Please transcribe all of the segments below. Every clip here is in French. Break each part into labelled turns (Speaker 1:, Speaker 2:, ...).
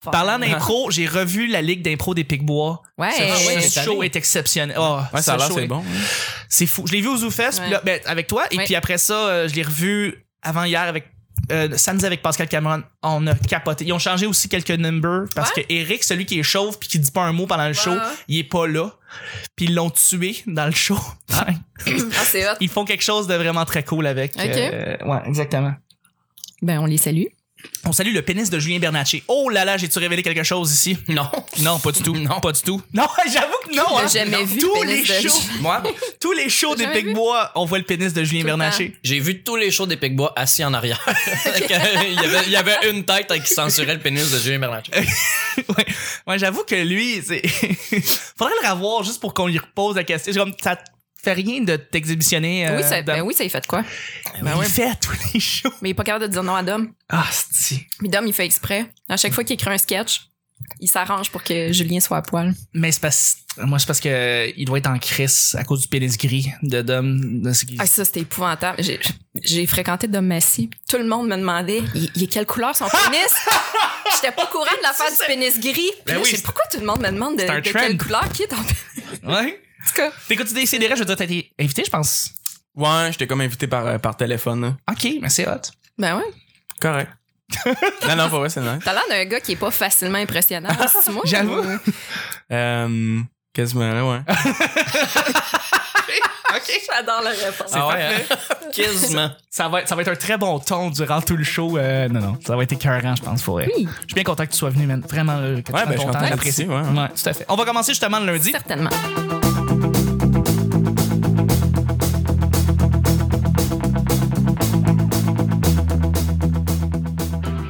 Speaker 1: Parlant d'impro, j'ai revu la Ligue d'impro des Picbois.
Speaker 2: Ouais.
Speaker 1: Ce,
Speaker 2: Ah ouais,
Speaker 1: ce
Speaker 2: t'es
Speaker 1: show
Speaker 2: allé.
Speaker 1: est exceptionnel. Oh,
Speaker 3: Ouais, ça a
Speaker 1: ce
Speaker 3: l'air,
Speaker 1: show
Speaker 3: c'est hein.
Speaker 1: est-
Speaker 3: bon.
Speaker 1: C'est fou. Je l'ai vu aux Zoufest
Speaker 2: Ouais.
Speaker 1: puis là, ben, avec toi. Et
Speaker 2: Ouais.
Speaker 1: puis après ça, euh, je l'ai revu avant hier avec euh, samedi avec Pascal Cameron. On a capoté. Ils ont changé aussi quelques numbers parce que Eric, celui qui est chauve puis qui dit pas un mot pendant le show,
Speaker 2: Ouais.
Speaker 1: il est pas là. Puis ils l'ont tué dans le show.
Speaker 2: Ah, c'est hot.
Speaker 1: ils font quelque chose de vraiment très cool avec.
Speaker 2: Ok.
Speaker 1: euh, ouais, exactement.
Speaker 2: Ben, on les salue.
Speaker 1: On salue le pénis de Julien Bernatchez. Oh là là, j'ai-tu révélé quelque chose ici?
Speaker 3: Non.
Speaker 1: Non, pas du tout.
Speaker 3: Non, pas du tout.
Speaker 1: Non, j'avoue que non.
Speaker 2: Qui l'a
Speaker 1: hein.
Speaker 2: jamais
Speaker 1: Non.
Speaker 2: vu,
Speaker 1: tous
Speaker 2: le pénis
Speaker 1: les
Speaker 2: de
Speaker 1: shows,
Speaker 3: Moi,
Speaker 1: tous les shows des
Speaker 2: Jamais vu.
Speaker 1: Picbois, on voit le pénis de Julien
Speaker 2: Tout le
Speaker 1: Bernatchez.
Speaker 3: j'ai vu tous les shows des Picbois assis en arrière. il, y avait, il y avait une tête qui censurait le pénis de Julien Bernatchez.
Speaker 1: ouais, Ouais, j'avoue que lui, c'est faudrait le revoir juste pour qu'on lui repose la question. C'est Comme ça te fait rien de t'exhibitionner. euh,
Speaker 2: oui, ça,
Speaker 1: dans-
Speaker 2: ben oui, ça y fait de quoi?
Speaker 1: Il fait à tous les shows.
Speaker 2: Mais il est pas capable de dire non à Dom.
Speaker 1: Ben Ah, c'est
Speaker 2: Puis Dom, il fait exprès. À chaque fois qu'il écrit un sketch, il s'arrange pour que Julien soit à poil.
Speaker 1: mais c'est parce moi c'est parce que euh, il doit être en crise à cause du pénis gris de Dom de ce qui-
Speaker 2: Ah, ça, c'était épouvantable. J'ai- J'ai fréquenté Dom Massy. Tout le monde me demandait, il, il est quelle couleur son pénis? J'étais pas au courant de l'affaire du pénis gris. Puis
Speaker 1: Ben
Speaker 2: là,
Speaker 1: oui,
Speaker 2: j'ai dit,
Speaker 1: c'est-
Speaker 2: pourquoi tout le monde me demande de,
Speaker 1: C'est un
Speaker 2: de
Speaker 1: trend.
Speaker 2: quelle couleur qui est ton pénis?
Speaker 1: Ouais.
Speaker 2: En tout cas,
Speaker 1: T'écoutes des CDR, je veux dire t'as été invité je pense.
Speaker 3: Ouais, j'étais comme invité par, euh, par téléphone. là.
Speaker 1: OK, mais c'est hot.
Speaker 2: ben ouais.
Speaker 3: Correct. non, non, pas vrai, c'est nice.
Speaker 2: T'as l'air d'un gars qui est pas facilement impressionnant. C'est moi.
Speaker 1: J'avoue.
Speaker 2: ou-
Speaker 3: Euh, quasiment, là, ouais.
Speaker 2: J'adore la réponse.
Speaker 3: Ah ouais, hein? Quasiment.
Speaker 1: Ça va, être, ça va être un très bon ton durant tout le show. Euh, non, non, ça va être écœurant, je pense, pour vrai.
Speaker 2: Oui.
Speaker 1: Je suis bien content que tu sois venu, man. Vraiment, là, que tu
Speaker 3: Ouais,
Speaker 1: prennes
Speaker 3: ben,
Speaker 1: ton
Speaker 3: je suis
Speaker 1: temps,
Speaker 3: content
Speaker 1: j'apprécie.
Speaker 3: aussi, ouais.
Speaker 1: ouais, tout à fait. On va commencer justement le lundi.
Speaker 2: Certainement.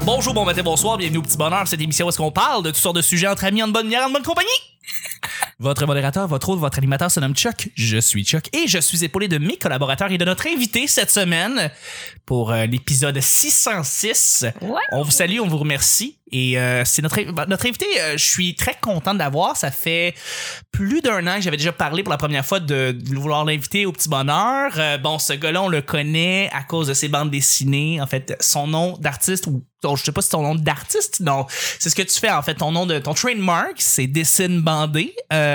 Speaker 1: Bonjour, bon matin, bonsoir, bienvenue au Petit Bonheur, cette émission où est-ce qu'on parle de toutes sortes de sujets entre amis, en bonne manière, en bonne compagnie. Votre modérateur, votre hôte, votre animateur se nomme Chuck. Je suis Chuck et je suis épaulé de mes collaborateurs et de notre invité cette semaine pour euh, l'épisode 606.
Speaker 2: Ouais.
Speaker 1: On vous salue, on vous remercie et euh, c'est notre bah, notre invité. euh, je suis très content de l'avoir. Ça fait plus d'un an que j'avais déjà parlé pour la première fois de, de vouloir l'inviter au petit bonheur. Euh, bon, ce gars-là, on le connaît à cause de ses bandes dessinées. En fait, son nom d'artiste ou oh, je sais pas si ton nom d'artiste, non, c'est ce que tu fais en fait. Ton nom de ton trademark, c'est dessine bandé. Euh,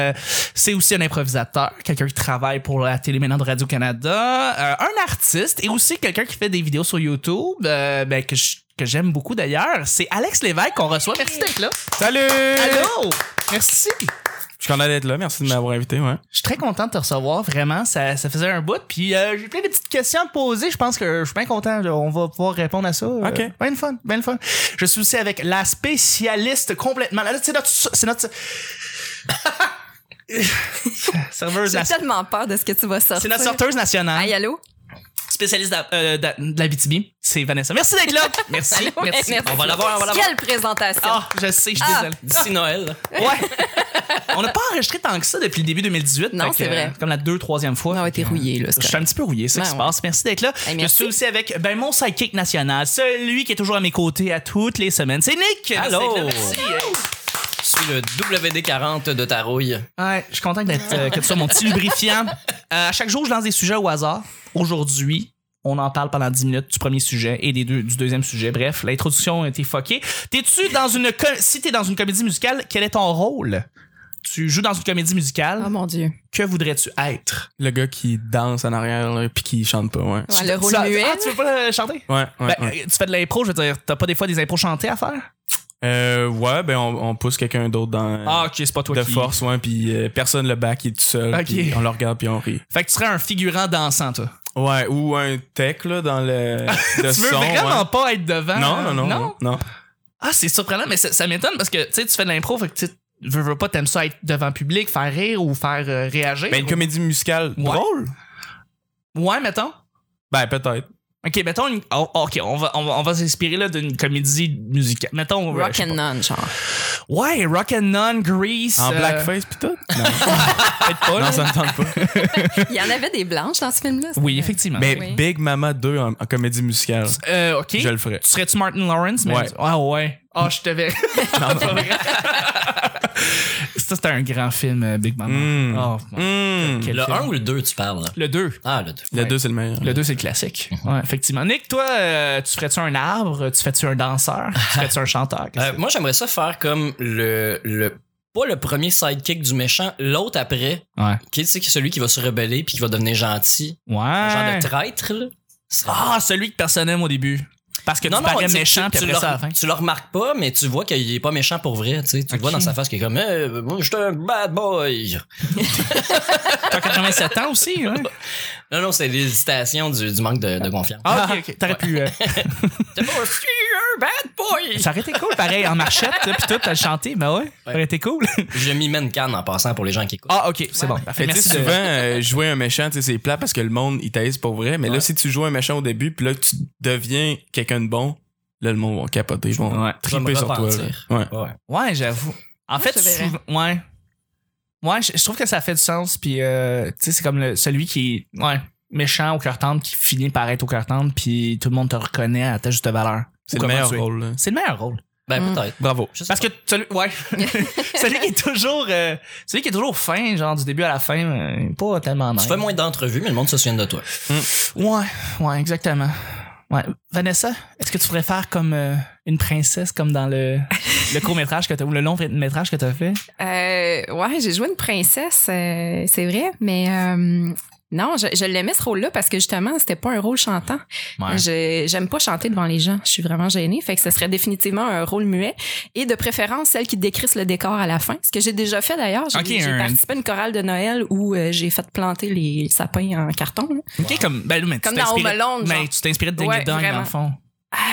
Speaker 1: c'est aussi un improvisateur, quelqu'un qui travaille pour la télé maintenant de Radio Canada, un artiste et aussi quelqu'un qui fait des vidéos sur YouTube, euh, ben, que je- que j'aime beaucoup d'ailleurs, c'est Alex Lévesque qu'on reçoit. Merci d'être là.
Speaker 3: Salut!
Speaker 1: Allô? Merci.
Speaker 3: Je suis content d'être là. Merci de m'avoir invité, ouais.
Speaker 1: Je suis très content de te recevoir, vraiment. Ça, ça faisait un bout. Puis euh, j'ai plein de petites questions à te poser. Je pense que je suis bien content. là. On va pouvoir répondre à ça. Euh,
Speaker 3: OK.
Speaker 1: bien le fun, bien le fun. Je suis aussi avec la spécialiste complètement. Là, c'est notre. C'est notre. Serveuse
Speaker 2: J'ai
Speaker 1: nationale.
Speaker 2: tellement peur de ce que tu vas sortir.
Speaker 1: C'est notre sorteuse nationale,
Speaker 2: Aïe, allô?
Speaker 1: spécialiste d'a- euh, d'a- de la BTB. C'est Vanessa. Merci d'être là. Merci.
Speaker 2: Ouais,
Speaker 1: merci.
Speaker 3: On va l'avoir, on va l'avoir.
Speaker 2: Quelle présentation.
Speaker 1: Ah, je sais, je suis
Speaker 2: Ah.
Speaker 1: désolée.
Speaker 3: D'ici Noël.
Speaker 1: Ouais. On n'a pas enregistré tant que ça depuis le début 2018.
Speaker 2: Non,
Speaker 1: Fait que,
Speaker 2: c'est vrai.
Speaker 1: euh, Comme la deux, troisième fois.
Speaker 2: On va
Speaker 1: Fait
Speaker 2: être
Speaker 1: que, euh,
Speaker 2: rouillé, là. c'est
Speaker 1: Je suis
Speaker 2: correct.
Speaker 1: un petit peu rouillé, c'est
Speaker 2: Ben
Speaker 1: ce qui se
Speaker 2: ouais.
Speaker 1: passe. Merci d'être là.
Speaker 2: Hey,
Speaker 1: je
Speaker 2: merci.
Speaker 1: suis aussi avec ben, mon sidekick national, celui qui est toujours à mes côtés à toutes les semaines. Ah, C'est Nick! Merci
Speaker 3: Allô.
Speaker 1: d'être là, Merci!
Speaker 3: Je suis le WD-40 de ta rouille.
Speaker 1: Ouais, je suis content d'être, euh, que tu sois mon petit lubrifiant. Euh, à chaque jour, je lance des sujets au hasard. Aujourd'hui, on en parle pendant 10 minutes du premier sujet et des deux, du deuxième sujet. Bref, l'introduction a été fuckée. T'es-tu dans une... co- si t'es dans une comédie musicale, quel est ton rôle? Tu joues dans une comédie musicale,
Speaker 2: Oh mon Dieu.
Speaker 1: que voudrais-tu être?
Speaker 3: Le gars qui danse en arrière, là, puis qui chante pas, ouais.
Speaker 2: Ouais, le rôle
Speaker 1: Ça-
Speaker 2: muet.
Speaker 1: Ah, tu veux pas euh, chanter?
Speaker 3: Ouais, ouais.
Speaker 1: Ben,
Speaker 3: ouais.
Speaker 1: Tu fais de l'impro, je veux dire, t'as pas des fois des impros chantés à faire?
Speaker 3: Euh, ouais, ben on, on pousse quelqu'un d'autre dans
Speaker 1: Ah, ok, c'est pas toi
Speaker 3: de
Speaker 1: qui...
Speaker 3: force, ouais, puis euh, personne le back, il est tout seul.
Speaker 1: Ok.
Speaker 3: puis on le regarde puis on rit.
Speaker 1: Fait que tu serais un figurant dansant, toi.
Speaker 3: Ouais, ou un tech là dans le de
Speaker 1: tu veux
Speaker 3: Euh, son,
Speaker 1: vraiment
Speaker 3: ouais.
Speaker 1: pas être devant?
Speaker 3: non,
Speaker 1: hein?
Speaker 3: non, non, non, non.
Speaker 1: Ah, c'est surprenant, mais ça, ça m'étonne parce que, tu sais, tu fais de l'impro, fait que tu sais, veux, veux pas, t'aimes ça être devant public, faire rire ou faire euh, réagir.
Speaker 3: Ben une comédie musicale
Speaker 1: Ouais.
Speaker 3: drôle.
Speaker 1: Ouais, mettons.
Speaker 3: Ben peut-être.
Speaker 1: Ok, mettons une... oh, ok, on va, on va, on va s'inspirer là d'une comédie musicale. Mettons. euh, je
Speaker 2: Rock
Speaker 1: sais
Speaker 2: and none, genre.
Speaker 1: pas. Ouais, Rock and None, Grease.
Speaker 3: En
Speaker 1: euh,
Speaker 3: blackface pis tout. Non,
Speaker 1: peut-être pas, là.
Speaker 3: non, ça me tente pas.
Speaker 2: Il y en avait des blanches dans ce film-là. c'est
Speaker 1: Oui,
Speaker 2: vrai.
Speaker 1: effectivement.
Speaker 3: Mais
Speaker 2: Oui.
Speaker 3: Ben, Big Mama 2 en, en comédie musicale,
Speaker 1: Euh, ok.
Speaker 3: je le ferais.
Speaker 1: Tu serais-tu Ah Martin Lawrence? mais-
Speaker 3: Ouais.
Speaker 1: Ah ouais. Ah, je te vais.
Speaker 3: Non, non.
Speaker 1: ça, c'était un grand film, euh, Big Mama.
Speaker 4: Mm.
Speaker 1: Oh, mon-
Speaker 4: Hmm.
Speaker 1: quel
Speaker 3: Le
Speaker 1: film.
Speaker 3: 1 ou le 2, tu parles? là?
Speaker 1: Le 2.
Speaker 3: Ah, le 2.
Speaker 4: Le 2, c'est le meilleur.
Speaker 1: Le 2, c'est le classique. Ouais, effectivement. Nick, toi, euh, tu ferais-tu un arbre? Tu ferais-tu un danseur? Tu ferais-tu un chanteur? Qu'est-ce
Speaker 3: Euh, moi, j'aimerais ça faire comme le, le. Pas le premier sidekick du méchant, l'autre après,
Speaker 1: que- Ouais.
Speaker 3: qui est, qui est celui qui va se rebeller puis qui va devenir gentil. Un genre
Speaker 1: Ouais.
Speaker 3: de traître, là. Ce serait-
Speaker 1: Ah, celui que personne n'aime au début. Parce que tu parais
Speaker 3: tu sais,
Speaker 1: méchant,
Speaker 3: tu,
Speaker 1: puis
Speaker 3: tu,
Speaker 1: après
Speaker 3: le,
Speaker 1: ça, à la fin.
Speaker 3: tu le remarques pas, mais tu vois qu'il est pas méchant pour vrai. Tu, sais. tu le vois
Speaker 1: Ok.
Speaker 3: dans sa face qu'il est comme Eh, Moi, je suis un bad boy.
Speaker 1: T'as 87 ans aussi, ouais.
Speaker 3: Non, non, c'est l'hésitation du, du manque de, de confiance.
Speaker 1: Ah, ok, ok. T'aurais pu. euh,
Speaker 3: T'es pas je suis un bad boy!
Speaker 1: Ça aurait été cool, pareil, en marchette, là, puis tout, t'as le chanté, ben ouais, ça aurait été cool.
Speaker 3: Je m'y mets une canne en passant pour les gens qui écoutent.
Speaker 1: Ah, ok, c'est bon, parfait.
Speaker 4: Mais tu
Speaker 1: Merci
Speaker 4: sais,
Speaker 1: de-
Speaker 4: souvent, euh, jouer un méchant, tu sais, c'est plat parce que le monde, il taise pour vrai. Mais là,
Speaker 3: Ouais.
Speaker 4: si tu joues un méchant au début, puis là, tu deviens quelqu'un de bon, là, le monde va capoter. Ils vont
Speaker 1: Ouais.
Speaker 4: triper
Speaker 3: Ça
Speaker 4: sur
Speaker 3: va me
Speaker 4: toi.
Speaker 3: repentir.
Speaker 4: là. Ouais.
Speaker 3: Ouais.
Speaker 1: Ouais, j'avoue. En fait,
Speaker 2: je verrais.
Speaker 1: souvent- ouais. Ouais, je, je trouve que ça fait du sens, puis euh, tu sais, c'est comme le- celui qui est ouais, méchant au cœur tendre, qui finit par être au cœur tendre, puis tout le monde te reconnaît à ta juste valeur.
Speaker 4: C'est
Speaker 1: Ou
Speaker 4: le
Speaker 1: comment
Speaker 4: meilleur
Speaker 1: tu es.
Speaker 4: rôle. là.
Speaker 1: C'est le meilleur rôle.
Speaker 3: Ben,
Speaker 2: Mm.
Speaker 3: peut-être.
Speaker 4: Bravo.
Speaker 3: Je sais
Speaker 1: Parce
Speaker 3: pas.
Speaker 1: que celui, ouais. celui qui est toujours euh, celui qui est toujours fin, genre du début à la fin, euh, pas tellement
Speaker 3: tu
Speaker 1: nice.
Speaker 3: fais moins d'entrevues, mais le monde se souvient de toi.
Speaker 1: Ouais, ouais, exactement. Ouais. Vanessa, est-ce que tu pourrais faire comme euh, une princesse, comme dans le, le court-métrage que t'as, ou le long-métrage que t'as fait?
Speaker 2: Euh, ouais, j'ai joué une princesse, euh, c'est vrai, mais euh, non, je, je l'aimais ce rôle-là parce que justement, c'était pas un rôle chantant.
Speaker 1: Ouais.
Speaker 2: Je- J'aime pas chanter devant les gens, je suis vraiment gênée, fait que ce serait définitivement un rôle muet et de préférence celle qui décrisse le décor à la fin. Ce que j'ai déjà fait d'ailleurs, j'ai
Speaker 1: Ok,
Speaker 2: j'ai
Speaker 1: un-
Speaker 2: participé à une chorale de Noël où euh, j'ai fait planter les sapins en carton. là.
Speaker 1: Ok, comme, ben, mais tu
Speaker 2: Comme dans
Speaker 1: t'inspirais-
Speaker 2: Home Alone, genre.
Speaker 1: Mais tu t'inspires de Ding
Speaker 2: Ouais,
Speaker 1: Dong, dans
Speaker 2: vraiment.
Speaker 1: le fond.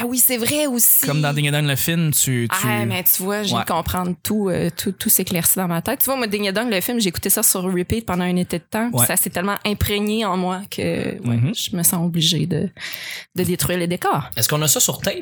Speaker 2: Ah oui, c'est vrai aussi.
Speaker 1: Comme dans Ding Dong, le film, tu. tu...
Speaker 2: Ah, mais tu vois, j'ai
Speaker 1: Ouais.
Speaker 2: viens de comprendre tout, euh, tout, tout s'éclaircit dans ma tête. Tu vois, moi, Ding et Dong, le film, j'ai écouté ça sur repeat pendant un été de temps. puis
Speaker 1: Ouais.
Speaker 2: Ça s'est tellement imprégné en moi que ouais,
Speaker 1: Mhm.
Speaker 2: je me sens obligée de, de détruire les décors.
Speaker 3: Est-ce qu'on a ça sur tape?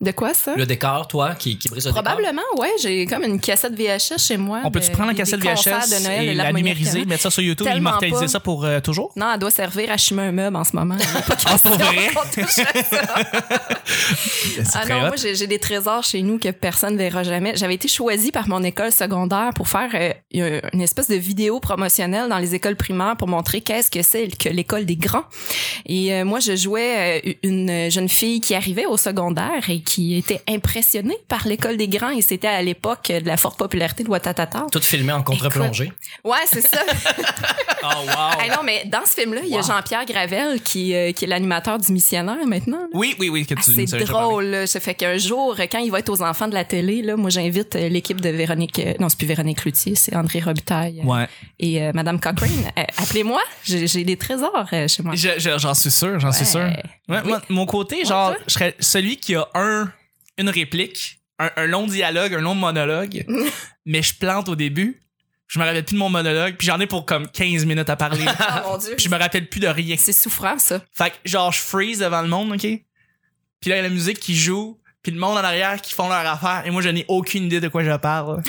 Speaker 2: De quoi ça?
Speaker 3: Le décor, toi, qui, qui brise le décor?
Speaker 2: Probablement, ouais. J'ai comme une cassette VHS chez moi.
Speaker 1: On peut-tu
Speaker 2: de-
Speaker 1: prendre la
Speaker 2: des
Speaker 1: cassette
Speaker 2: concerts
Speaker 1: VHS
Speaker 2: de Noël de
Speaker 1: et la
Speaker 2: l'harmonie
Speaker 1: numériser,
Speaker 2: Arcana.
Speaker 1: mettre ça sur YouTube et
Speaker 2: Tellement
Speaker 1: immortaliser
Speaker 2: pas.
Speaker 1: ça pour euh, toujours?
Speaker 2: Non, elle doit servir à chimer un meuble en ce moment. Il y a pas
Speaker 1: Ah, pour
Speaker 2: question
Speaker 1: vrai?
Speaker 2: qu'on touche à ça. Ah
Speaker 1: très
Speaker 2: non,
Speaker 1: hot.
Speaker 2: moi j'ai j'ai des trésors chez nous que personne ne verra jamais. J'avais été choisie par mon école secondaire pour faire euh, une espèce de vidéo promotionnelle dans les écoles primaires pour montrer qu'est-ce que c'est que l'école des grands. Et euh, moi je jouais euh, une jeune fille qui arrivait au secondaire et qui était impressionnée par l'école des grands et c'était à l'époque de la forte popularité de Ouattatata.
Speaker 3: Tout filmé en contre-plongée.
Speaker 2: Ouais, c'est ça.
Speaker 3: Oh,
Speaker 1: Ah
Speaker 3: wow!
Speaker 2: Hey, non, mais dans ce film-là, il y a
Speaker 3: Wow.
Speaker 2: Jean-Pierre Gravel qui, euh, qui est l'animateur du missionnaire maintenant. là.
Speaker 1: Oui, oui, oui, que
Speaker 2: Ah,
Speaker 1: tu nous
Speaker 2: c'est
Speaker 1: avais déjà parlé.
Speaker 2: drôle. là. Ça fait qu'un jour, quand il va être aux enfants de la télé, là, moi, j'invite euh, l'équipe de Véronique. euh, non, c'est plus Véronique Cloutier, c'est André Robitaille euh,
Speaker 1: Ouais.
Speaker 2: et euh, Madame Cochrane. Euh, Appelez-moi, j'ai j'ai des trésors euh, chez moi.
Speaker 1: Je- je- J'en suis sûr, j'en suis sûr.
Speaker 2: Ouais.
Speaker 1: Ouais,
Speaker 2: Oui.
Speaker 1: moi, de mon côté, genre,
Speaker 2: toi?
Speaker 1: je serais celui qui a un, une réplique, un, un long dialogue, un long monologue, mais je plante au début. Je me rappelle plus de mon monologue, puis j'en ai pour comme 15 minutes à parler.
Speaker 2: Ah, mon Dieu.
Speaker 1: puis je me rappelle plus de rien.
Speaker 2: C'est souffrant, ça.
Speaker 1: Fait que, genre, je freeze devant le monde, OK? Puis là, il y a la musique qui joue, puis le monde en arrière qui font leur affaire, et moi, je n'ai aucune idée de quoi je parle.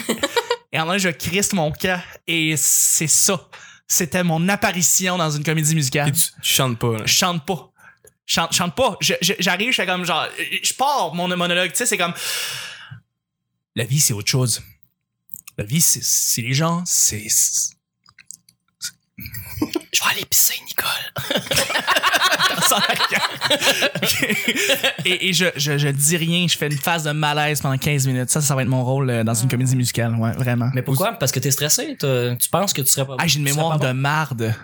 Speaker 1: et en un, je crisse mon cas, et c'est ça. C'était mon apparition dans une comédie musicale
Speaker 4: Et tu, tu chantes pas. là.
Speaker 1: je chante pas. Je chante, je chante pas. Je- je- J'arrive, je fais comme genre. Je pars mon monologue, tu sais, c'est comme. La vie, c'est autre chose. La vie, c'est- c'est les gens, c'est. c'est-
Speaker 3: Je vais aller pisser, Nicole.
Speaker 1: et et je, je, je dis rien, je fais une phase de malaise pendant 15 minutes. Ça, ça va être mon rôle euh, dans
Speaker 2: Ah.
Speaker 1: une comédie musicale, ouais, vraiment.
Speaker 3: Mais pourquoi? Parce que t'es stressé? t'as- Tu penses que tu serais pas
Speaker 1: Ah, j'ai une
Speaker 3: tu serais
Speaker 1: mémoire
Speaker 3: pas
Speaker 1: de marde.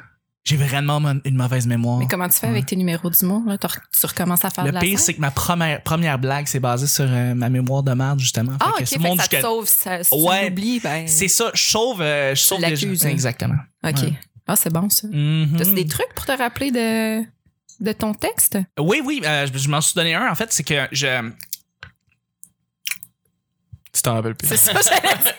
Speaker 1: J'ai vraiment mon- une mauvaise mémoire.
Speaker 2: Mais comment tu fais avec tes numéros d'humour? là? Tu re- tu recommences à faire de
Speaker 1: Le
Speaker 2: la
Speaker 1: pire,
Speaker 2: scène?
Speaker 1: c'est que ma première, première blague, c'est basée sur euh, ma mémoire de marde, justement.
Speaker 2: Ah,
Speaker 1: Fait
Speaker 2: OK,
Speaker 1: que
Speaker 2: fait
Speaker 1: ce
Speaker 2: que
Speaker 1: monde
Speaker 2: ça te
Speaker 1: jusqu'à-
Speaker 2: sauve. Ça, si
Speaker 1: Ouais.
Speaker 2: tu l'oublies, ben...
Speaker 1: C'est ça, je sauve, euh, je sauve des gens.
Speaker 2: L'accuse, hein.
Speaker 1: Exactement.
Speaker 2: OK.
Speaker 1: Ouais.
Speaker 2: Ah, c'est bon, ça.
Speaker 1: Mhm.
Speaker 2: T'as-tu des trucs pour te rappeler de, de ton texte?
Speaker 1: Oui, oui, euh, je, je m'en suis donné un. En fait, c'est que je.
Speaker 4: Tu t'en rappelles plus.
Speaker 2: C'est ça, j'allais dire.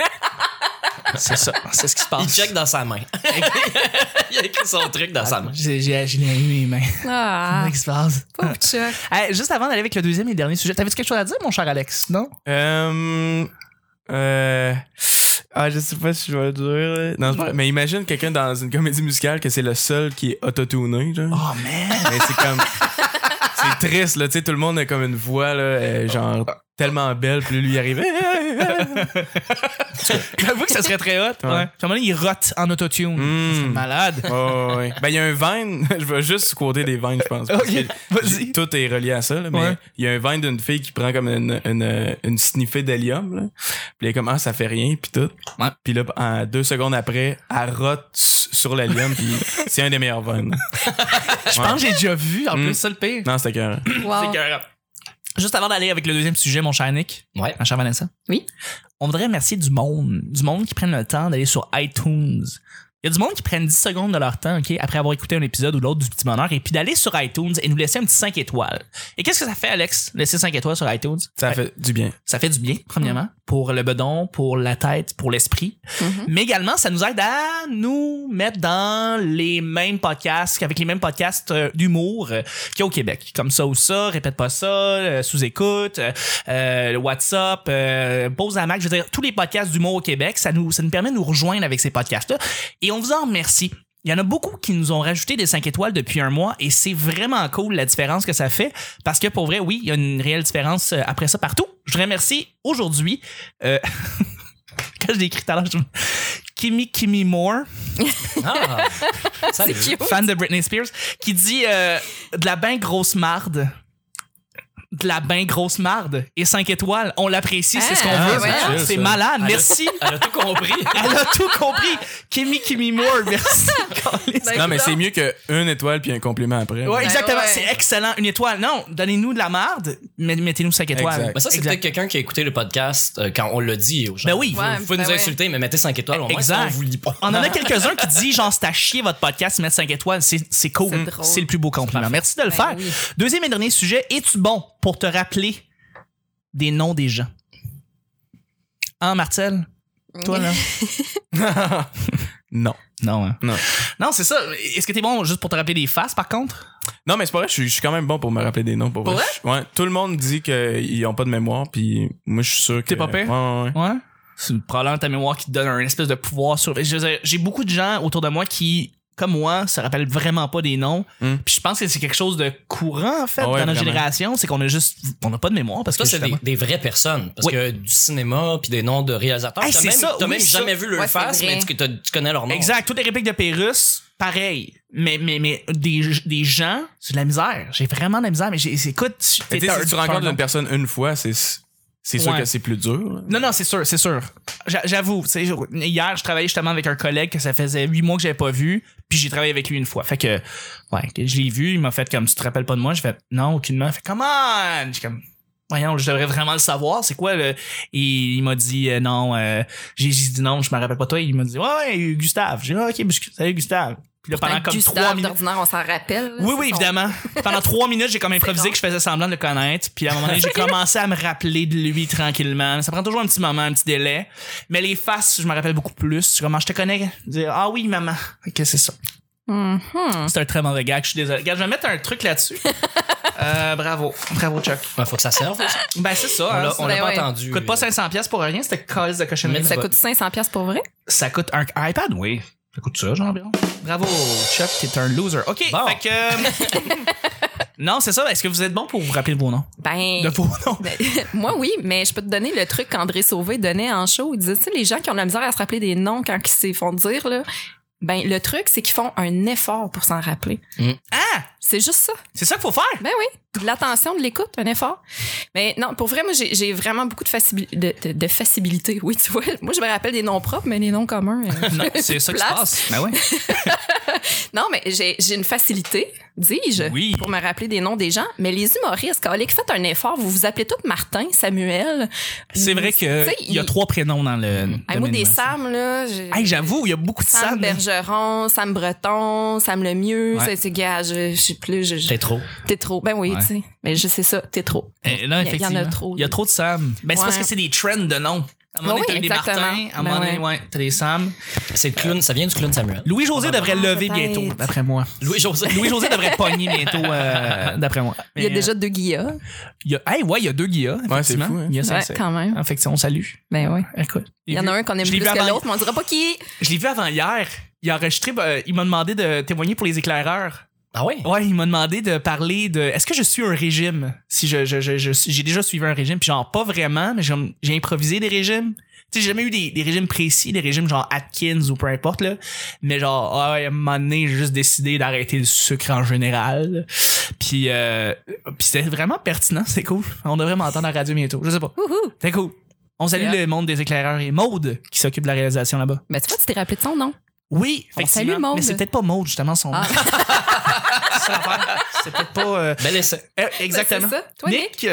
Speaker 1: C'est ça, c'est ce qui se
Speaker 3: bon? Il
Speaker 1: passe.
Speaker 3: check dans sa main. Il a écrit son truc dans sa main.
Speaker 1: J'ai j'ai- j'ai les mains.
Speaker 2: Ah,
Speaker 1: C'est ce qui se passe.
Speaker 2: pauvre Chuck.
Speaker 1: Hey, juste avant d'aller avec le deuxième et dernier sujet, t'avais-tu quelque chose à dire, mon cher Alex? Non?
Speaker 4: Euh, euh, ah, je sais pas si je vais le dire. là. Non, c'est pas vrai. mais imagine quelqu'un dans une comédie musicale que c'est le seul qui est autotuné. Genre.
Speaker 1: Oh, man!
Speaker 4: Mais c'est comme. c'est triste, là. Tu sais, tout le monde a comme une voix, là, euh, genre tellement belle, puis lui, il arrivait.
Speaker 1: J'avoue que ça serait très hot.
Speaker 4: Ouais.
Speaker 1: Ouais. Puis à un moment donné, il rote en autotune.
Speaker 4: Hmm.
Speaker 1: C'est malade.
Speaker 4: Oh, ouais. Ben, il y a un vine. Je vais juste coder des vines, je pense. parce que
Speaker 1: vas-y.
Speaker 4: Tout est relié à ça, là, mais il
Speaker 1: Ouais.
Speaker 4: y a un vine d'une fille qui prend comme une, une, une sniffée d'hélium. là. Puis elle est comme, ah, ça fait rien, puis tout.
Speaker 1: Ouais.
Speaker 4: Puis là, en deux secondes après, elle rote s- sur l'hélium, puis c'est un des meilleurs vines.
Speaker 1: Je pense que j'ai déjà vu, en
Speaker 4: Mm. Ah.
Speaker 1: plus, ça le pire.
Speaker 4: Non, c'était cœur.
Speaker 1: C'est
Speaker 2: Wow.
Speaker 1: écœurant. Juste avant d'aller avec le deuxième sujet, mon cher Nick,
Speaker 3: Ouais.
Speaker 1: ma chère Vanessa.
Speaker 2: Oui.
Speaker 1: On voudrait remercier du monde. Du monde qui prennent le temps d'aller sur iTunes. Il y a du monde qui prennent 10 secondes de leur temps, OK, après avoir écouté un épisode ou l'autre du Petit Bonheur, et puis d'aller sur iTunes et nous laisser un petit 5 étoiles. Et qu'est-ce que ça fait, Alex, laisser 5 étoiles sur iTunes?
Speaker 4: Ça fait du bien.
Speaker 1: Ça fait du bien, premièrement, pour le bedon, pour la tête, pour l'esprit.
Speaker 2: Mhm.
Speaker 1: Mais également, ça nous aide à nous mettre dans les mêmes podcasts, avec les mêmes podcasts euh, d'humour euh, qu'il y a au Québec. Comme ça ou ça, répète pas ça, euh, sous-écoute, euh, euh, le WhatsApp, euh, Pause à Mac, je veux dire, tous les podcasts d'humour au Québec, ça nous, ça nous permet de nous rejoindre avec ces podcasts-là. Et on vous en remercie. Il y en a beaucoup qui nous ont rajouté des 5 étoiles depuis un mois et c'est vraiment cool la différence que ça fait parce que pour vrai, oui, il y a une réelle différence euh, après ça partout. Je remercie aujourd'hui, euh, quand je l'ai écrit tout à l'heure, je- Kimmy Kimmy Moore,
Speaker 3: Ah,
Speaker 2: C'est cute.
Speaker 1: fan de Britney Spears, qui dit euh, de la ben grosse marde. De la ben grosse marde et 5 étoiles. On l'apprécie, c'est ce qu'on
Speaker 2: Ah,
Speaker 1: veut.
Speaker 2: ouais,
Speaker 4: ouais.
Speaker 1: c'est malade.
Speaker 3: Elle a-
Speaker 1: Merci.
Speaker 3: Elle a tout compris.
Speaker 1: Elle a tout compris. Kimmy Kimmy Moore, merci. Colin.
Speaker 2: Ben,
Speaker 4: Non, mais
Speaker 2: écoute
Speaker 4: c'est
Speaker 2: donc.
Speaker 4: mieux qu'une étoile puis un compliment après.
Speaker 1: Ouais, exactement.
Speaker 2: ouais.
Speaker 1: C'est excellent. Une étoile. Non, donnez-nous de la marde, mais mettez-nous 5 étoiles.
Speaker 4: Exact.
Speaker 3: Mais Ben, ça, c'est
Speaker 1: Exact.
Speaker 3: peut-être quelqu'un qui a écouté le podcast euh, quand on l'a dit aux gens.
Speaker 1: Ben oui.
Speaker 3: Vous
Speaker 2: Ouais,
Speaker 3: pouvez
Speaker 2: ben
Speaker 3: nous
Speaker 2: ouais.
Speaker 3: insulter, mais mettez 5 étoiles au moins.
Speaker 1: Exact.
Speaker 3: On vous lit pas.
Speaker 1: On en a quelques-uns qui disent genre c'est à chier votre podcast, mettre 5 étoiles, c'est c'est
Speaker 2: C'est
Speaker 1: cool.
Speaker 2: drôle.
Speaker 1: C'est le plus beau compliment. Merci de le
Speaker 2: Ben
Speaker 1: faire.
Speaker 2: oui.
Speaker 1: Deuxième et dernier sujet, es-tu bon pour te rappeler des noms des gens? Hein, Marcel? Toi, là?
Speaker 4: Non.
Speaker 1: non, hein?
Speaker 4: Non.
Speaker 1: Non, c'est ça. Est-ce que t'es bon juste pour te rappeler des faces, par contre?
Speaker 4: Non, mais c'est pas vrai, je suis, je suis quand même bon pour me rappeler des noms. Pour
Speaker 1: Pour
Speaker 4: vrai? Ouais, tout le monde dit qu'ils ont pas de mémoire, puis moi, je suis sûr que.
Speaker 1: T'es pas pire?
Speaker 4: Ouais, ouais, ouais.
Speaker 1: Ouais. C'est probablement ta mémoire qui te donne un espèce de pouvoir sur. je veux dire, J'ai beaucoup de gens autour de moi qui, comme moi, se rappellent vraiment pas des noms.
Speaker 4: Mm.
Speaker 1: Puis je pense que c'est quelque chose de courant, en fait,
Speaker 4: Ah ouais,
Speaker 1: dans notre
Speaker 4: vraiment.
Speaker 1: génération. C'est qu'on a juste. On n'a pas de mémoire parce
Speaker 3: Ça,
Speaker 1: que.
Speaker 3: c'est des,
Speaker 1: justement-
Speaker 3: des vraies personnes. Parce
Speaker 1: Oui.
Speaker 3: que du cinéma, puis des noms de réalisateurs.
Speaker 1: Hey,
Speaker 3: t'as
Speaker 1: c'est
Speaker 3: même,
Speaker 1: ça,
Speaker 3: t'as
Speaker 1: oui,
Speaker 3: même
Speaker 1: ça.
Speaker 3: jamais vu leur
Speaker 2: Ouais, c'est
Speaker 3: face,
Speaker 2: vrai.
Speaker 3: mais tu, t'as- tu connais leur nom.
Speaker 1: Exact. Toutes les répliques de Pérus, pareil. Mais, mais, mais des, des gens, c'est de la misère. J'ai vraiment de la misère. Mais j'ai- c'est- écoute, tu-
Speaker 4: Mais
Speaker 1: t'es
Speaker 4: tu
Speaker 1: un-
Speaker 4: sais, si tu
Speaker 1: t'es
Speaker 4: rencontres
Speaker 1: un-
Speaker 4: une personne une fois, c'est c'est sûr
Speaker 1: Ouais.
Speaker 4: que c'est plus dur. là.
Speaker 1: Non, non, c'est sûr, c'est sûr. J'a- J'avoue, tu sais, hier, je travaillais justement avec un collègue que ça faisait huit mois que j'avais pas vu, puis j'ai travaillé avec lui une fois. Fait que, ouais, que je l'ai vu, il m'a fait comme, tu te rappelles pas de moi? Je fais, non, aucunement. Il fait, come on! J'ai comme, voyons, je devrais vraiment le savoir, c'est quoi le. Et il m'a dit, euh, non, euh, j'ai j'ai dit non, je me rappelle pas de toi. Il m'a dit, ouais, ouais, Gustave. J'ai dit, Ah, ok, mais je- salut Gustave. Puis là, pendant
Speaker 2: Avec
Speaker 1: comme trois
Speaker 2: Gustave,
Speaker 1: minutes.
Speaker 2: d'ordinaire, on s'en rappelle.
Speaker 1: Oui,
Speaker 2: c'est
Speaker 1: oui,
Speaker 2: son-
Speaker 1: évidemment. Pendant trois minutes, j'ai comme improvisé
Speaker 2: con.
Speaker 1: que je faisais semblant de le connaître. Puis à un moment donné, j'ai commencé à me rappeler de lui tranquillement. Ça prend toujours un petit moment, un petit délai. Mais les faces, je me rappelle beaucoup plus. Comment je te connais? Dire, ah oui, maman. Ok, c'est ça.
Speaker 2: Mhm.
Speaker 1: C'est un très mauvais gag. Je suis désolé. Regarde, je vais mettre un truc là-dessus. Euh, bravo. Bravo, Chuck.
Speaker 3: Ouais, faut que ça serve. ça.
Speaker 1: Ben, c'est ça.
Speaker 3: On
Speaker 1: hein.
Speaker 3: l'a-
Speaker 1: Ça
Speaker 3: on l'a
Speaker 2: Ben
Speaker 3: pas
Speaker 2: ouais.
Speaker 3: entendu.
Speaker 1: coûte pas 500$ piastres pour rien, c'était calice de cochonnerie.
Speaker 3: Mais
Speaker 2: Ça
Speaker 3: Va-
Speaker 2: coûte 500 pièces pour vrai?
Speaker 1: Ça coûte un un iPad, oui. Ça coûte ça, genre environ. Bravo, Chuck, t'es un loser. OK,
Speaker 3: Bon.
Speaker 1: fait que. euh, non, c'est ça. Est-ce que vous êtes bon pour vous rappeler de vos noms?
Speaker 2: Ben,
Speaker 1: De vos noms.
Speaker 2: ben, moi, oui, mais je peux te donner le truc qu'André Sauvé donnait en show. Il disait, tu sais, les gens qui ont de la misère à se rappeler des noms quand ils se font dire, là, ben, le truc, c'est qu'ils font un effort pour s'en rappeler.
Speaker 1: Ah!
Speaker 2: C'est juste ça.
Speaker 1: C'est ça qu'il faut faire!
Speaker 2: Ben oui, de l'attention, de l'écoute, un effort. Mais non, pour vrai, moi, j'ai j'ai vraiment beaucoup de, facibil- de, de- de facilité. Oui, tu vois, moi, je me rappelle des noms propres, mais les noms communs. euh,
Speaker 1: Non, c'est ça qui se
Speaker 2: Place.
Speaker 1: passe. Ben ouais.
Speaker 2: non, mais j'ai j'ai une facilité, dis-je,
Speaker 1: Oui.
Speaker 2: pour me rappeler des noms des gens. Mais les humoristes, Calique, faites un effort. Vous vous appelez tous Martin, Samuel.
Speaker 1: C'est
Speaker 2: Ou-
Speaker 1: vrai
Speaker 2: tu sais,
Speaker 1: qu'il y a trois prénoms dans le.
Speaker 2: Hey, moi,
Speaker 1: domaine
Speaker 2: des
Speaker 1: humain.
Speaker 2: Sam, là. j'ai-
Speaker 1: Hey, j'avoue, il y a beaucoup de
Speaker 2: Sam,
Speaker 1: Sam. là.
Speaker 2: Bergeron, Sam Breton, Sam Lemieux,
Speaker 1: Ouais.
Speaker 2: c'est c'est gars, je, je sais plus, je- je-
Speaker 3: T'es trop.
Speaker 2: t'es trop. Ben oui,
Speaker 1: Ouais.
Speaker 2: tu sais. Mais je sais ça, t'es trop.
Speaker 1: Eh, Là,
Speaker 2: Il y a- il y en a
Speaker 1: effectivement.
Speaker 2: trop.
Speaker 1: Il y a trop de Sam. Ben, c'est
Speaker 2: Ouais. Ben
Speaker 1: parce que c'est des trends de noms. À un moment donné,
Speaker 2: Oui,
Speaker 1: t'as eu des Martins.
Speaker 2: exactement.
Speaker 1: À un moment
Speaker 2: Ben
Speaker 1: donné,
Speaker 2: ouais.
Speaker 1: ouais, t'as des Sam.
Speaker 3: C'est le clown, ça vient du clown Samuel.
Speaker 1: Louis-José devrait le
Speaker 2: Ah,
Speaker 1: lever
Speaker 2: peut-être.
Speaker 1: bientôt, d'après moi.
Speaker 3: Louis-José.
Speaker 1: Louis-José devrait pogner bientôt, euh, d'après moi.
Speaker 2: Il y a
Speaker 1: Mais,
Speaker 2: déjà deux Guilla.
Speaker 1: il y a- hey, ouais, il y a deux Guilla.
Speaker 4: c'est
Speaker 1: effectivement.
Speaker 4: fou, hein.
Speaker 1: Il y a ça.
Speaker 2: Ouais, quand même.
Speaker 1: En fait, on salue.
Speaker 2: Ben oui.
Speaker 1: Écoute.
Speaker 2: Il y en a un qu'on aime
Speaker 1: Je
Speaker 2: plus
Speaker 1: l'ai vu
Speaker 2: que
Speaker 1: avant-
Speaker 2: l'autre, mais on dira pas qui.
Speaker 1: euh, Je l'ai vu avant hier. Il a enregistré, ben, il m'a demandé de témoigner pour les éclaireurs.
Speaker 3: Ah ouais?
Speaker 1: Ouais, il m'a demandé de parler de. Est-ce que je suis un régime? Si je, je, je, je- j'ai déjà suivi un régime, puis genre pas vraiment, mais j'ai, j'ai improvisé des régimes. Tu sais, j'ai jamais eu des, des régimes précis, des régimes genre Atkins ou peu importe, là. Mais genre, ah ouais, à un moment donné, j'ai juste décidé d'arrêter le sucre en général. Puis, euh, puis c'était vraiment pertinent, c'est cool. On devrait m'entendre à la radio bientôt, je sais pas.
Speaker 2: Wouhou!
Speaker 1: C'est cool. On salue
Speaker 3: Yeah.
Speaker 1: le monde des éclaireurs et Maude qui s'occupe de la réalisation là-bas.
Speaker 2: Ben, tu vois, tu t'es rappelé de son nom.
Speaker 1: Oui,
Speaker 2: On
Speaker 1: effectivement.
Speaker 2: salue Maude.
Speaker 1: Mais c'est peut-être pas Maude, justement, son nom.
Speaker 2: Ah.
Speaker 1: C'est l'affaire. c'est peut-être pas. euh,
Speaker 3: Bel essai.
Speaker 1: euh,
Speaker 2: Ben,
Speaker 1: exactement.
Speaker 2: c'est ça. Toi, Nick?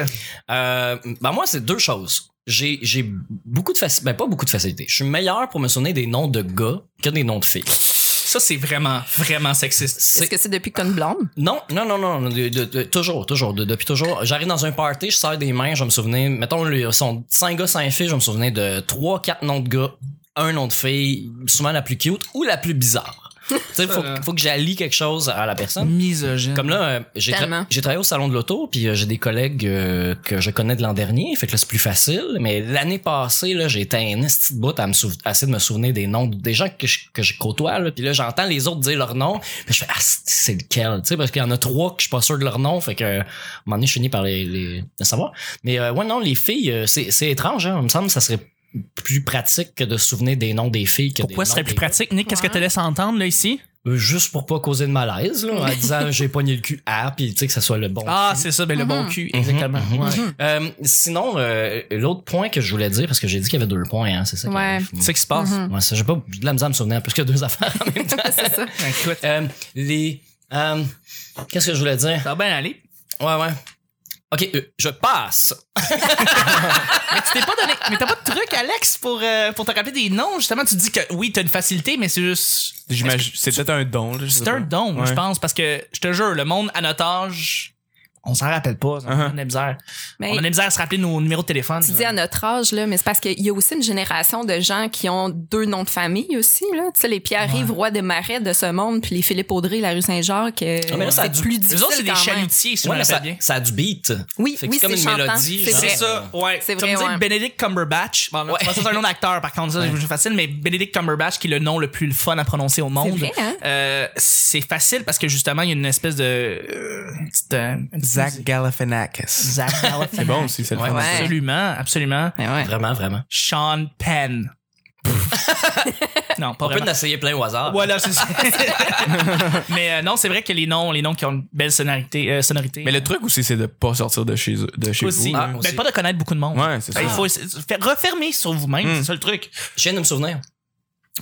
Speaker 3: Euh, ben moi, c'est deux choses. J'ai, j'ai beaucoup de facilité. Ben, pas beaucoup de facilité. Je suis meilleur pour me souvenir des noms de gars que des noms de filles.
Speaker 1: ça c'est vraiment, vraiment sexiste.
Speaker 3: C'est-
Speaker 2: Est-ce que c'est depuis que t'as une blonde?
Speaker 3: Non, non, non, non. de- de- de- toujours, toujours. de- depuis toujours. J'arrive dans un party, je sers des mains, je me souviens. Mettons, le- sont 5 gars, 5 filles, je me souviens de 3, 4 noms de gars, un nom de fille, souvent la plus cute ou la plus bizarre. tu sais, faut, faut que j'allie quelque chose à la personne.
Speaker 1: Misogyne.
Speaker 3: Comme là, euh, j'ai, tra-
Speaker 2: Tellement.
Speaker 3: j'ai travaillé au salon de l'auto, puis euh, j'ai des collègues euh, que je connais de l'an dernier, fait que là, c'est plus facile. Mais l'année passée, là, j'ai été un esti de bout à, me souv- à essayer de me souvenir des noms des gens que je, que je côtoie. Là. Puis là, j'entends les autres dire leur nom, puis je fais « Ah, c'est- c'est lequel? » Tu sais, parce qu'il y en a trois que je suis pas sûr de leur nom, fait que euh, à un moment donné, je finis par les, les, les savoir. Mais euh, ouais, non, les filles, euh, c'est, c'est étrange, hein. Il me semble que ça serait plus pratique que de se souvenir des noms des filles que
Speaker 1: Pourquoi
Speaker 3: des
Speaker 1: ce
Speaker 3: noms
Speaker 1: serait plus
Speaker 3: des-
Speaker 1: pratique, Nick? Qu'est-ce que
Speaker 2: Ouais.
Speaker 1: tu laisses entendre là ici?
Speaker 3: Euh, Juste pour pas causer de malaise, là, en disant « J'ai pogné le cul à », puis tu sais, que ça soit le bon
Speaker 1: Ah, c'est ça, ben le bon
Speaker 2: Mhm.
Speaker 1: cul, Mm-hmm.
Speaker 3: Mhm,
Speaker 1: exactement.
Speaker 3: mhm.
Speaker 1: Ouais.
Speaker 3: Euh, sinon, euh, l'autre point que je voulais dire, parce que j'ai dit qu'il y avait deux points, hein, c'est ça. qui
Speaker 2: Ouais.
Speaker 3: arrive.
Speaker 1: C'est ça qui se passe.
Speaker 2: Mhm.
Speaker 3: Ouais, ça, j'ai pas j'ai de la misère à me souvenir, parce qu'il y a deux affaires en même temps.
Speaker 2: c'est ça.
Speaker 1: Ben, Écoute,
Speaker 3: Euh, les. euh, Qu'est-ce que je voulais dire?
Speaker 1: ça va bien aller.
Speaker 3: Ouais, ouais. Ok, euh, je passe.
Speaker 1: Mais tu t'es pas donné. Mais t'as pas de truc, Alex, pour, euh, pour te rappeler des noms. Justement, tu dis que oui, t'as une facilité, mais c'est juste.
Speaker 4: J'imagine. C'est peut-être un don. là, je sais
Speaker 1: C'est
Speaker 4: pas.
Speaker 1: un don,
Speaker 4: Ouais.
Speaker 1: je pense, parce que je te jure, le monde à notre âge, on s'en rappelle pas. On a
Speaker 4: Uh-huh.
Speaker 1: de la misère.
Speaker 2: Mais
Speaker 1: On a de la misère à se rappeler nos numéros de téléphone.
Speaker 2: tu dis à notre âge, là, mais c'est parce qu'il y a aussi une génération de gens qui ont deux noms de famille aussi, là. Tu sais, les Pierre-Yves, roi des marais de ce monde, puis les Philippe Audrey, la rue Saint-Jacques. euh,
Speaker 3: Ah, mais là, ça a
Speaker 2: c'est
Speaker 3: du-
Speaker 2: plus
Speaker 1: Eux
Speaker 2: difficile.
Speaker 1: autres, c'est des
Speaker 2: quand même.
Speaker 1: chalutiers, si
Speaker 3: Ouais,
Speaker 1: on
Speaker 3: mais ça,
Speaker 1: l'appelle bien.
Speaker 3: ça a du beat.
Speaker 2: Oui,
Speaker 3: Fait que
Speaker 2: oui,
Speaker 3: c'est comme une
Speaker 2: chantant.
Speaker 3: mélodie,
Speaker 2: C'est
Speaker 3: genre.
Speaker 1: C'est
Speaker 2: vrai.
Speaker 1: ça, ouais.
Speaker 2: C'est
Speaker 1: Comme
Speaker 2: vrai,
Speaker 1: dire
Speaker 2: ouais.
Speaker 1: Benedict Cumberbatch. Bon, là,
Speaker 3: Ouais.
Speaker 1: ça, c'est un nom d'acteur, par contre, ça, c'est facile, mais Benedict Cumberbatch, qui est le nom le plus le fun à prononcer au
Speaker 2: C'est
Speaker 1: monde.
Speaker 2: vrai, hein?
Speaker 1: Euh, c'est facile parce que justement, il y a une espèce de. euh, une petite, euh, une petite
Speaker 4: Zach
Speaker 1: musique.
Speaker 4: Galifianakis.
Speaker 1: Zach Galifianakis.
Speaker 4: C'est bon aussi, c'est le
Speaker 3: Ouais,
Speaker 4: fun.
Speaker 3: ouais.
Speaker 1: Absolument, absolument.
Speaker 2: Mais Ben ouais.
Speaker 3: Vraiment, vraiment.
Speaker 1: Sean Penn. non, pas
Speaker 3: On peut
Speaker 1: vraiment.
Speaker 3: en essayer plein au hasard.
Speaker 1: Voilà, c'est ça. mais euh, non, c'est vrai que les noms, les noms qui ont une belle sonorité. euh, sonorité
Speaker 4: Mais le truc aussi, c'est de pas sortir de chez, de chez
Speaker 1: aussi.
Speaker 4: vous.
Speaker 3: Ah,
Speaker 4: là.
Speaker 1: Ben, pas de connaître beaucoup de monde. Ben,
Speaker 4: Ouais, c'est ça.
Speaker 1: Il faut essayer- faire refermer sur vous-même,
Speaker 4: Mm.
Speaker 1: c'est ça le truc.
Speaker 3: Je viens de me souvenir.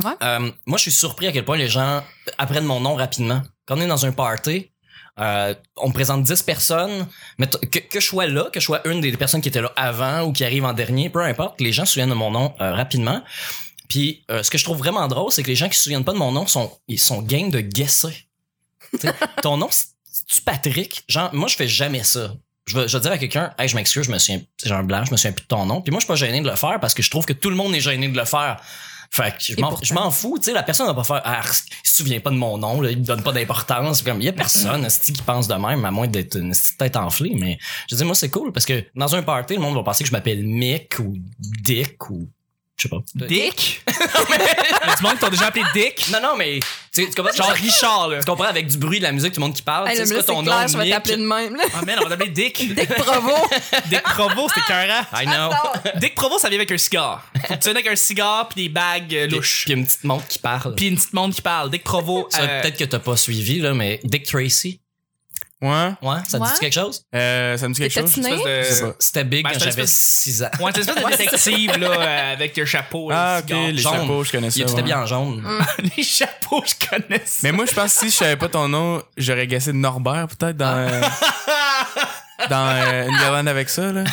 Speaker 2: Ouais.
Speaker 3: Euh, moi, je suis surpris à quel point les gens apprennent mon nom rapidement. Quand on est dans un party, euh, on me présente 10 personnes, mais t- que, que je sois là, que je sois une des personnes qui étaient là avant ou qui arrive en dernier, peu importe, les gens se souviennent de mon nom euh, rapidement. Puis, euh, ce que je trouve vraiment drôle, c'est que les gens qui se souviennent pas de mon nom sont, ils sont game de guesser. Tu sais, ton nom, c'est-tu Patrick? Genre, moi, je fais jamais ça. Je vais, je vais dire à quelqu'un, hey, je m'excuse, je me souviens, j'ai un blanc, je me souviens plus de ton nom. Puis moi, je suis pas gêné de le faire parce que je trouve que tout le monde est gêné de le faire. Fait que je
Speaker 2: Et
Speaker 3: m'en-
Speaker 2: pourtant.
Speaker 3: je m'en fous, tu sais, la personne va pas faire, ah, il se souvient pas de mon nom, là, il me donne pas d'importance. Comme, il y a personne, esti, qui pense de même, à moins d'être une esti tête enflée, mais je dis, moi, c'est cool parce que dans un party, le monde va penser que je m'appelle Mick ou Dick ou, je sais pas.
Speaker 1: Dick? Il y a du monde qui t'ont déjà appelé Dick.
Speaker 3: Non, non, mais tu sais, tu comprends,
Speaker 1: Genre
Speaker 3: genre,
Speaker 1: Richard, là.
Speaker 3: tu comprends avec du bruit de la musique, tout le monde qui parle.
Speaker 2: Hey,
Speaker 3: tu sais,
Speaker 2: le
Speaker 3: c'est
Speaker 2: bleu,
Speaker 3: quoi
Speaker 2: c'est
Speaker 3: ton
Speaker 2: clair,
Speaker 3: nom,
Speaker 2: je vais
Speaker 3: Nick?
Speaker 2: t'appeler de même, là.
Speaker 1: Ah, man, on va l'appeler Dick.
Speaker 2: Dick Bravo.
Speaker 1: Dick Provo, c'était carré.
Speaker 3: I know.
Speaker 1: Dick Provo, ça vient avec un cigare. Faut que tu viennes avec un cigare puis des bagues euh,
Speaker 3: Puis,
Speaker 1: louches.
Speaker 3: puis une petite montre qui parle.
Speaker 1: Puis une petite monde qui parle. Dick Provo.
Speaker 3: Ça,
Speaker 1: euh,
Speaker 3: peut-être que t'as pas suivi, là, mais Dick Tracy,
Speaker 4: Ouais.
Speaker 3: ouais, ça te
Speaker 2: Ouais.
Speaker 3: dit quelque chose?
Speaker 4: Euh, ça me dit quelque
Speaker 2: T'es
Speaker 4: chose.
Speaker 2: patiné?
Speaker 4: Je sais
Speaker 1: espèce de.
Speaker 4: pas.
Speaker 3: C'était big
Speaker 1: Ben,
Speaker 3: quand
Speaker 1: c'est une
Speaker 3: j'avais
Speaker 1: espèce-
Speaker 3: 6 ans.
Speaker 1: Ouais, c'est une espèce de détective, là, euh, avec un chapeau.
Speaker 4: Ah,
Speaker 1: là,
Speaker 4: ok,
Speaker 1: le cigare.
Speaker 4: les
Speaker 3: Jaune.
Speaker 4: chapeaux, je connais ça.
Speaker 3: Il était
Speaker 4: ouais.
Speaker 3: bien en
Speaker 2: Mm.
Speaker 3: jaune.
Speaker 1: Les chapeaux, je connais ça.
Speaker 4: Mais moi, je pense que si je savais pas ton nom, j'aurais guessé Norbert, peut-être, dans,
Speaker 1: Ah.
Speaker 4: euh, dans euh, une galande avec ça, là.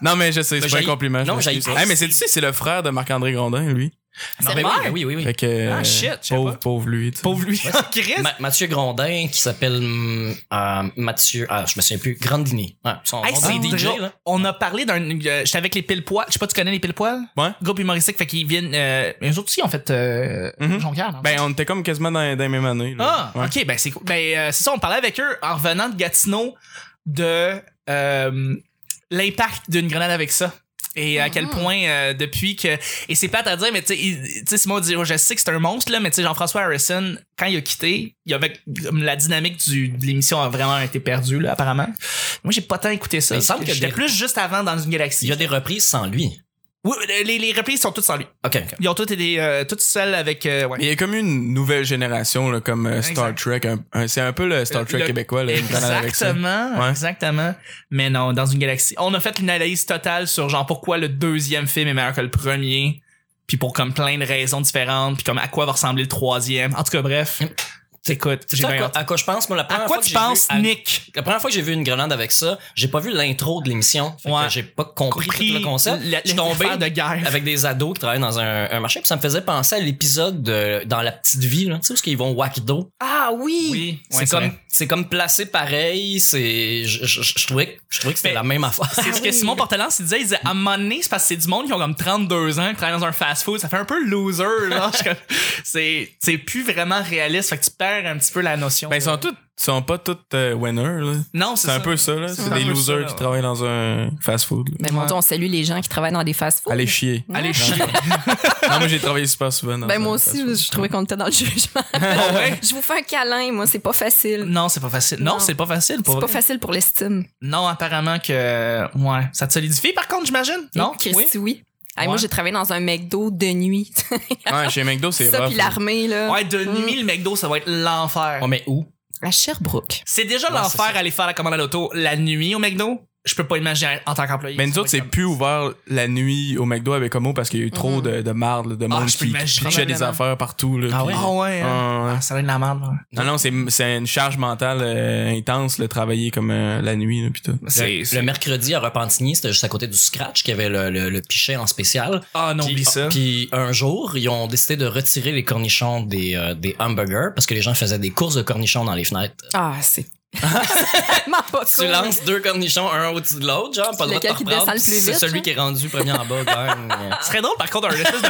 Speaker 4: Non, mais je sais,
Speaker 3: Mais
Speaker 4: c'est pas un
Speaker 3: j'ai-
Speaker 4: compliment. je
Speaker 3: non,
Speaker 4: m'excuse.
Speaker 3: j'ai-
Speaker 4: Hey, mais c'est, tu sais, c'est le frère de Marc-André Grondin, lui.
Speaker 3: Non,
Speaker 1: C'est
Speaker 3: mais Ben oui,
Speaker 1: vrai?
Speaker 3: mais oui, oui, oui.
Speaker 4: Fait que.
Speaker 1: Ah,
Speaker 4: euh,
Speaker 1: shit, je sais
Speaker 4: pauvre,
Speaker 1: pas.
Speaker 4: pauvre lui, tu sais.
Speaker 1: Pauvre lui en crise.
Speaker 3: Ma- Mathieu Grondin, qui s'appelle hum, euh, Mathieu, ah, je me souviens plus, Grandini. Ouais, son
Speaker 1: Hey,
Speaker 3: nom
Speaker 1: c'est
Speaker 3: de DJ,
Speaker 1: drôle. hein.
Speaker 3: là.
Speaker 1: On a parlé d'un. euh, J'étais avec les pile poils. Je sais pas, tu connais les pile poils?
Speaker 4: Ouais.
Speaker 1: Groupe humoristique, fait qu'ils viennent. Euh, mais eux autres aussi, en fait, euh,
Speaker 4: Mhm.
Speaker 1: Jonquière, non?
Speaker 4: Ben, on était comme quasiment dans, dans les mêmes années.
Speaker 3: Mm.
Speaker 1: Ah,
Speaker 4: là. Ouais.
Speaker 1: ok, ben c'est cool. Ben, euh, c'est ça, on parlait avec eux en revenant de Gatineau de euh, l'impact d'une grenade avec ça. et à quel point euh, depuis que et c'est plate à dire mais tu sais il- tu sais Simon dit oh, je sais que c'est un monstre là mais tu sais Jean-François Harrison quand il a quitté il y avait comme la dynamique du, de l'émission a vraiment été perdue là apparemment moi j'ai pas tant écouté ça
Speaker 3: Mais il semble Ben, que
Speaker 1: j'étais
Speaker 3: des-
Speaker 1: plus juste avant dans une galaxie
Speaker 3: Il y a des reprises sans lui.
Speaker 1: oui les, les reprises sont toutes sans lui
Speaker 3: Ok, ok.
Speaker 1: ils ont toutes été euh, toutes celles avec euh, ouais.
Speaker 4: Mais il y a comme une nouvelle génération, là, comme euh, Star
Speaker 1: Exact.
Speaker 4: Trek. un- un- c'est un peu le Star
Speaker 1: Le-
Speaker 4: Trek
Speaker 1: le-
Speaker 4: québécois. Là, une balade avec ça.
Speaker 1: Exactement,
Speaker 4: Ouais.
Speaker 1: exactement. Mais non, dans une galaxie. On a fait une analyse totale sur genre pourquoi le deuxième film est meilleur que le premier, puis pour comme plein de raisons différentes, puis comme à quoi va ressembler le troisième. En tout cas, bref. Écoute,
Speaker 3: Tu
Speaker 1: j'ai
Speaker 3: sais à
Speaker 1: bien
Speaker 3: quoi,
Speaker 1: hâte.
Speaker 3: à quoi je pense, moi, la
Speaker 1: À
Speaker 3: première
Speaker 1: quoi
Speaker 3: fois que
Speaker 1: tu
Speaker 3: j'ai vu-
Speaker 1: penses,
Speaker 3: à-
Speaker 1: Nick?
Speaker 3: La première fois que j'ai vu une grenade avec ça, j'ai pas vu l'intro de l'émission. Fait que
Speaker 1: Ouais.
Speaker 3: J'ai pas compris, tout le concept.
Speaker 1: la-
Speaker 3: je suis tombé
Speaker 1: l'affaire de guerre.
Speaker 3: avec des ados qui travaillent dans un, un marché, puis ça me faisait penser à l'épisode de dans la petite vie, là, tu sais, où ils vont wack dos.
Speaker 2: Ah oui!
Speaker 1: Oui, ouais,
Speaker 3: c'est comme
Speaker 1: vrai.
Speaker 3: c'est comme placé pareil. C'est je, je, je- je trouvais que je trouvais que c'était
Speaker 1: Mais
Speaker 3: la même affaire.
Speaker 1: C'est ce que Simon Portelance il disait, il disait à un moment donné, c'est parce que c'est du monde qui ont comme 32 ans, qui travaillent dans un fast-food, ça fait un peu loser. genre. Je suis comme- c'est c'est plus vraiment réaliste, fait que tu perds un petit peu la notion.
Speaker 4: Ben, ils
Speaker 1: de-
Speaker 4: sont tous, ils sont pas tous euh, winners. là.
Speaker 1: non, c'est
Speaker 4: C'est un
Speaker 1: ça.
Speaker 4: peu ça. là.
Speaker 1: C'est
Speaker 4: C'est
Speaker 1: un
Speaker 4: des
Speaker 1: peu
Speaker 4: losers
Speaker 1: ça,
Speaker 4: qui
Speaker 1: ouais.
Speaker 4: travaillent dans un fast-food. là.
Speaker 2: Mais Ben, mon Dieu, on salue les gens qui travaillent dans des fast-foods.
Speaker 4: Allez chier.
Speaker 2: Ouais.
Speaker 1: Allez chier.
Speaker 4: non, moi j'ai travaillé super souvent. Dans
Speaker 2: Ben
Speaker 4: un
Speaker 2: moi aussi,
Speaker 4: fast-food.
Speaker 2: je trouvais qu'on était dans le jugement.
Speaker 1: Ah ouais?
Speaker 2: Je vous fais un câlin, moi, c'est pas facile.
Speaker 1: Non, c'est pas facile. Non,
Speaker 2: Non.
Speaker 1: c'est pas facile pour
Speaker 2: C'est pas facile pour l'estime.
Speaker 1: Non, apparemment que ouais, ça te solidifie par contre, j'imagine. Non,
Speaker 2: Christy, oui. Ah,
Speaker 1: Ouais.
Speaker 2: Moi, j'ai travaillé dans un McDo de nuit.
Speaker 4: Ouais, chez McDo, c'est
Speaker 2: ça,
Speaker 4: rough.
Speaker 2: puis l'armée, là.
Speaker 1: Ouais, de nuit le McDo, ça va être l'enfer.
Speaker 3: Ouais, mais où
Speaker 2: À Sherbrooke.
Speaker 1: C'est déjà
Speaker 3: Ouais, c'est
Speaker 1: l'enfer
Speaker 3: ça.
Speaker 1: aller faire la commande à l'auto la nuit au McDo. Je peux pas imaginer en tant qu'employé.
Speaker 4: Mais nous autres, c'est plus ouvert la nuit au McDo avec Homo parce qu'il y a eu trop de, de marde, là, de
Speaker 1: Ah,
Speaker 4: monde
Speaker 1: je peux
Speaker 4: qui
Speaker 1: imaginer.
Speaker 4: pitchait des
Speaker 1: Probablement.
Speaker 4: affaires partout. Là,
Speaker 3: Ah
Speaker 4: puis-
Speaker 3: ouais?
Speaker 1: Ah ouais. hein.
Speaker 4: Ah, ouais.
Speaker 1: Ah, ça va être de la merde. là.
Speaker 4: Non, non, c'est, c'est une charge mentale euh, intense, le travailler comme euh, la nuit, là, pis tout.
Speaker 1: C'est
Speaker 3: le, le mercredi à Repentigny, c'était juste à côté du scratch qui avait le, le, le pichet en spécial.
Speaker 1: Ah non,
Speaker 3: Puis-
Speaker 1: oublie ça.
Speaker 3: Puis un jour, ils ont décidé de retirer les cornichons des, euh, des hamburgers parce que les gens faisaient des courses de cornichons dans les fenêtres.
Speaker 2: Ah, c'est. C'est tellement pas
Speaker 3: Tu
Speaker 2: cool.
Speaker 3: lances deux cornichons un au-dessus de l'autre, genre, pas le droit de
Speaker 2: Lequel
Speaker 3: te
Speaker 2: qui
Speaker 3: reprendre,
Speaker 2: descend le
Speaker 3: puis
Speaker 2: plus
Speaker 3: C'est
Speaker 2: vite,
Speaker 3: celui
Speaker 2: là?
Speaker 3: qui est rendu premier en bas. gagne.
Speaker 1: Ce serait drôle par contre un espèce de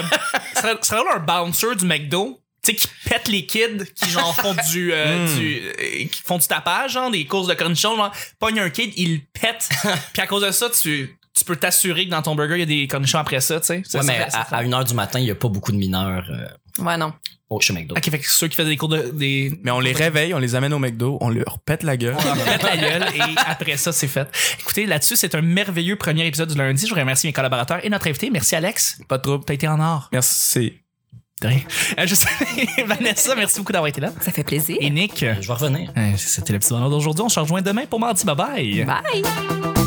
Speaker 1: ce serait, ce serait drôle un bouncer du McDo. Tu sais, qui pète les kids, qui genre font du, euh,
Speaker 3: Hmm.
Speaker 4: Mm.
Speaker 1: du euh, qui font du tapage, genre des courses de cornichons, genre pogne un kid, il le pète, puis à cause de ça, tu, tu peux t'assurer que dans ton burger il y a des cornichons après ça, tu sais. Ça,
Speaker 3: Ouais,
Speaker 1: ça
Speaker 3: mais
Speaker 1: fait- ça fait-
Speaker 3: à, à une heure du matin, il y a pas beaucoup de mineurs euh,
Speaker 2: Ouais, non.
Speaker 3: au chez McDo.
Speaker 1: Ok, fait que ceux qui faisaient des cours de des
Speaker 4: Mais on les réveille, on les amène au McDo, on leur pète la gueule.
Speaker 1: on leur pète la gueule et après ça c'est fait. Écoutez, là-dessus c'est un merveilleux premier épisode du lundi. Je voudrais remercier mes collaborateurs et notre invité. Merci Alex,
Speaker 4: Pas de trouble.
Speaker 1: t'as été en or.
Speaker 4: Merci.
Speaker 1: De rien. Euh, je sais- Vanessa, merci beaucoup d'avoir été là.
Speaker 2: Ça fait plaisir.
Speaker 1: Et Nick.
Speaker 3: Je vais revenir.
Speaker 1: Euh, C'était le petit bonheur d'aujourd'hui. On se rejoint demain pour mardi. Bye bye.
Speaker 2: Bye!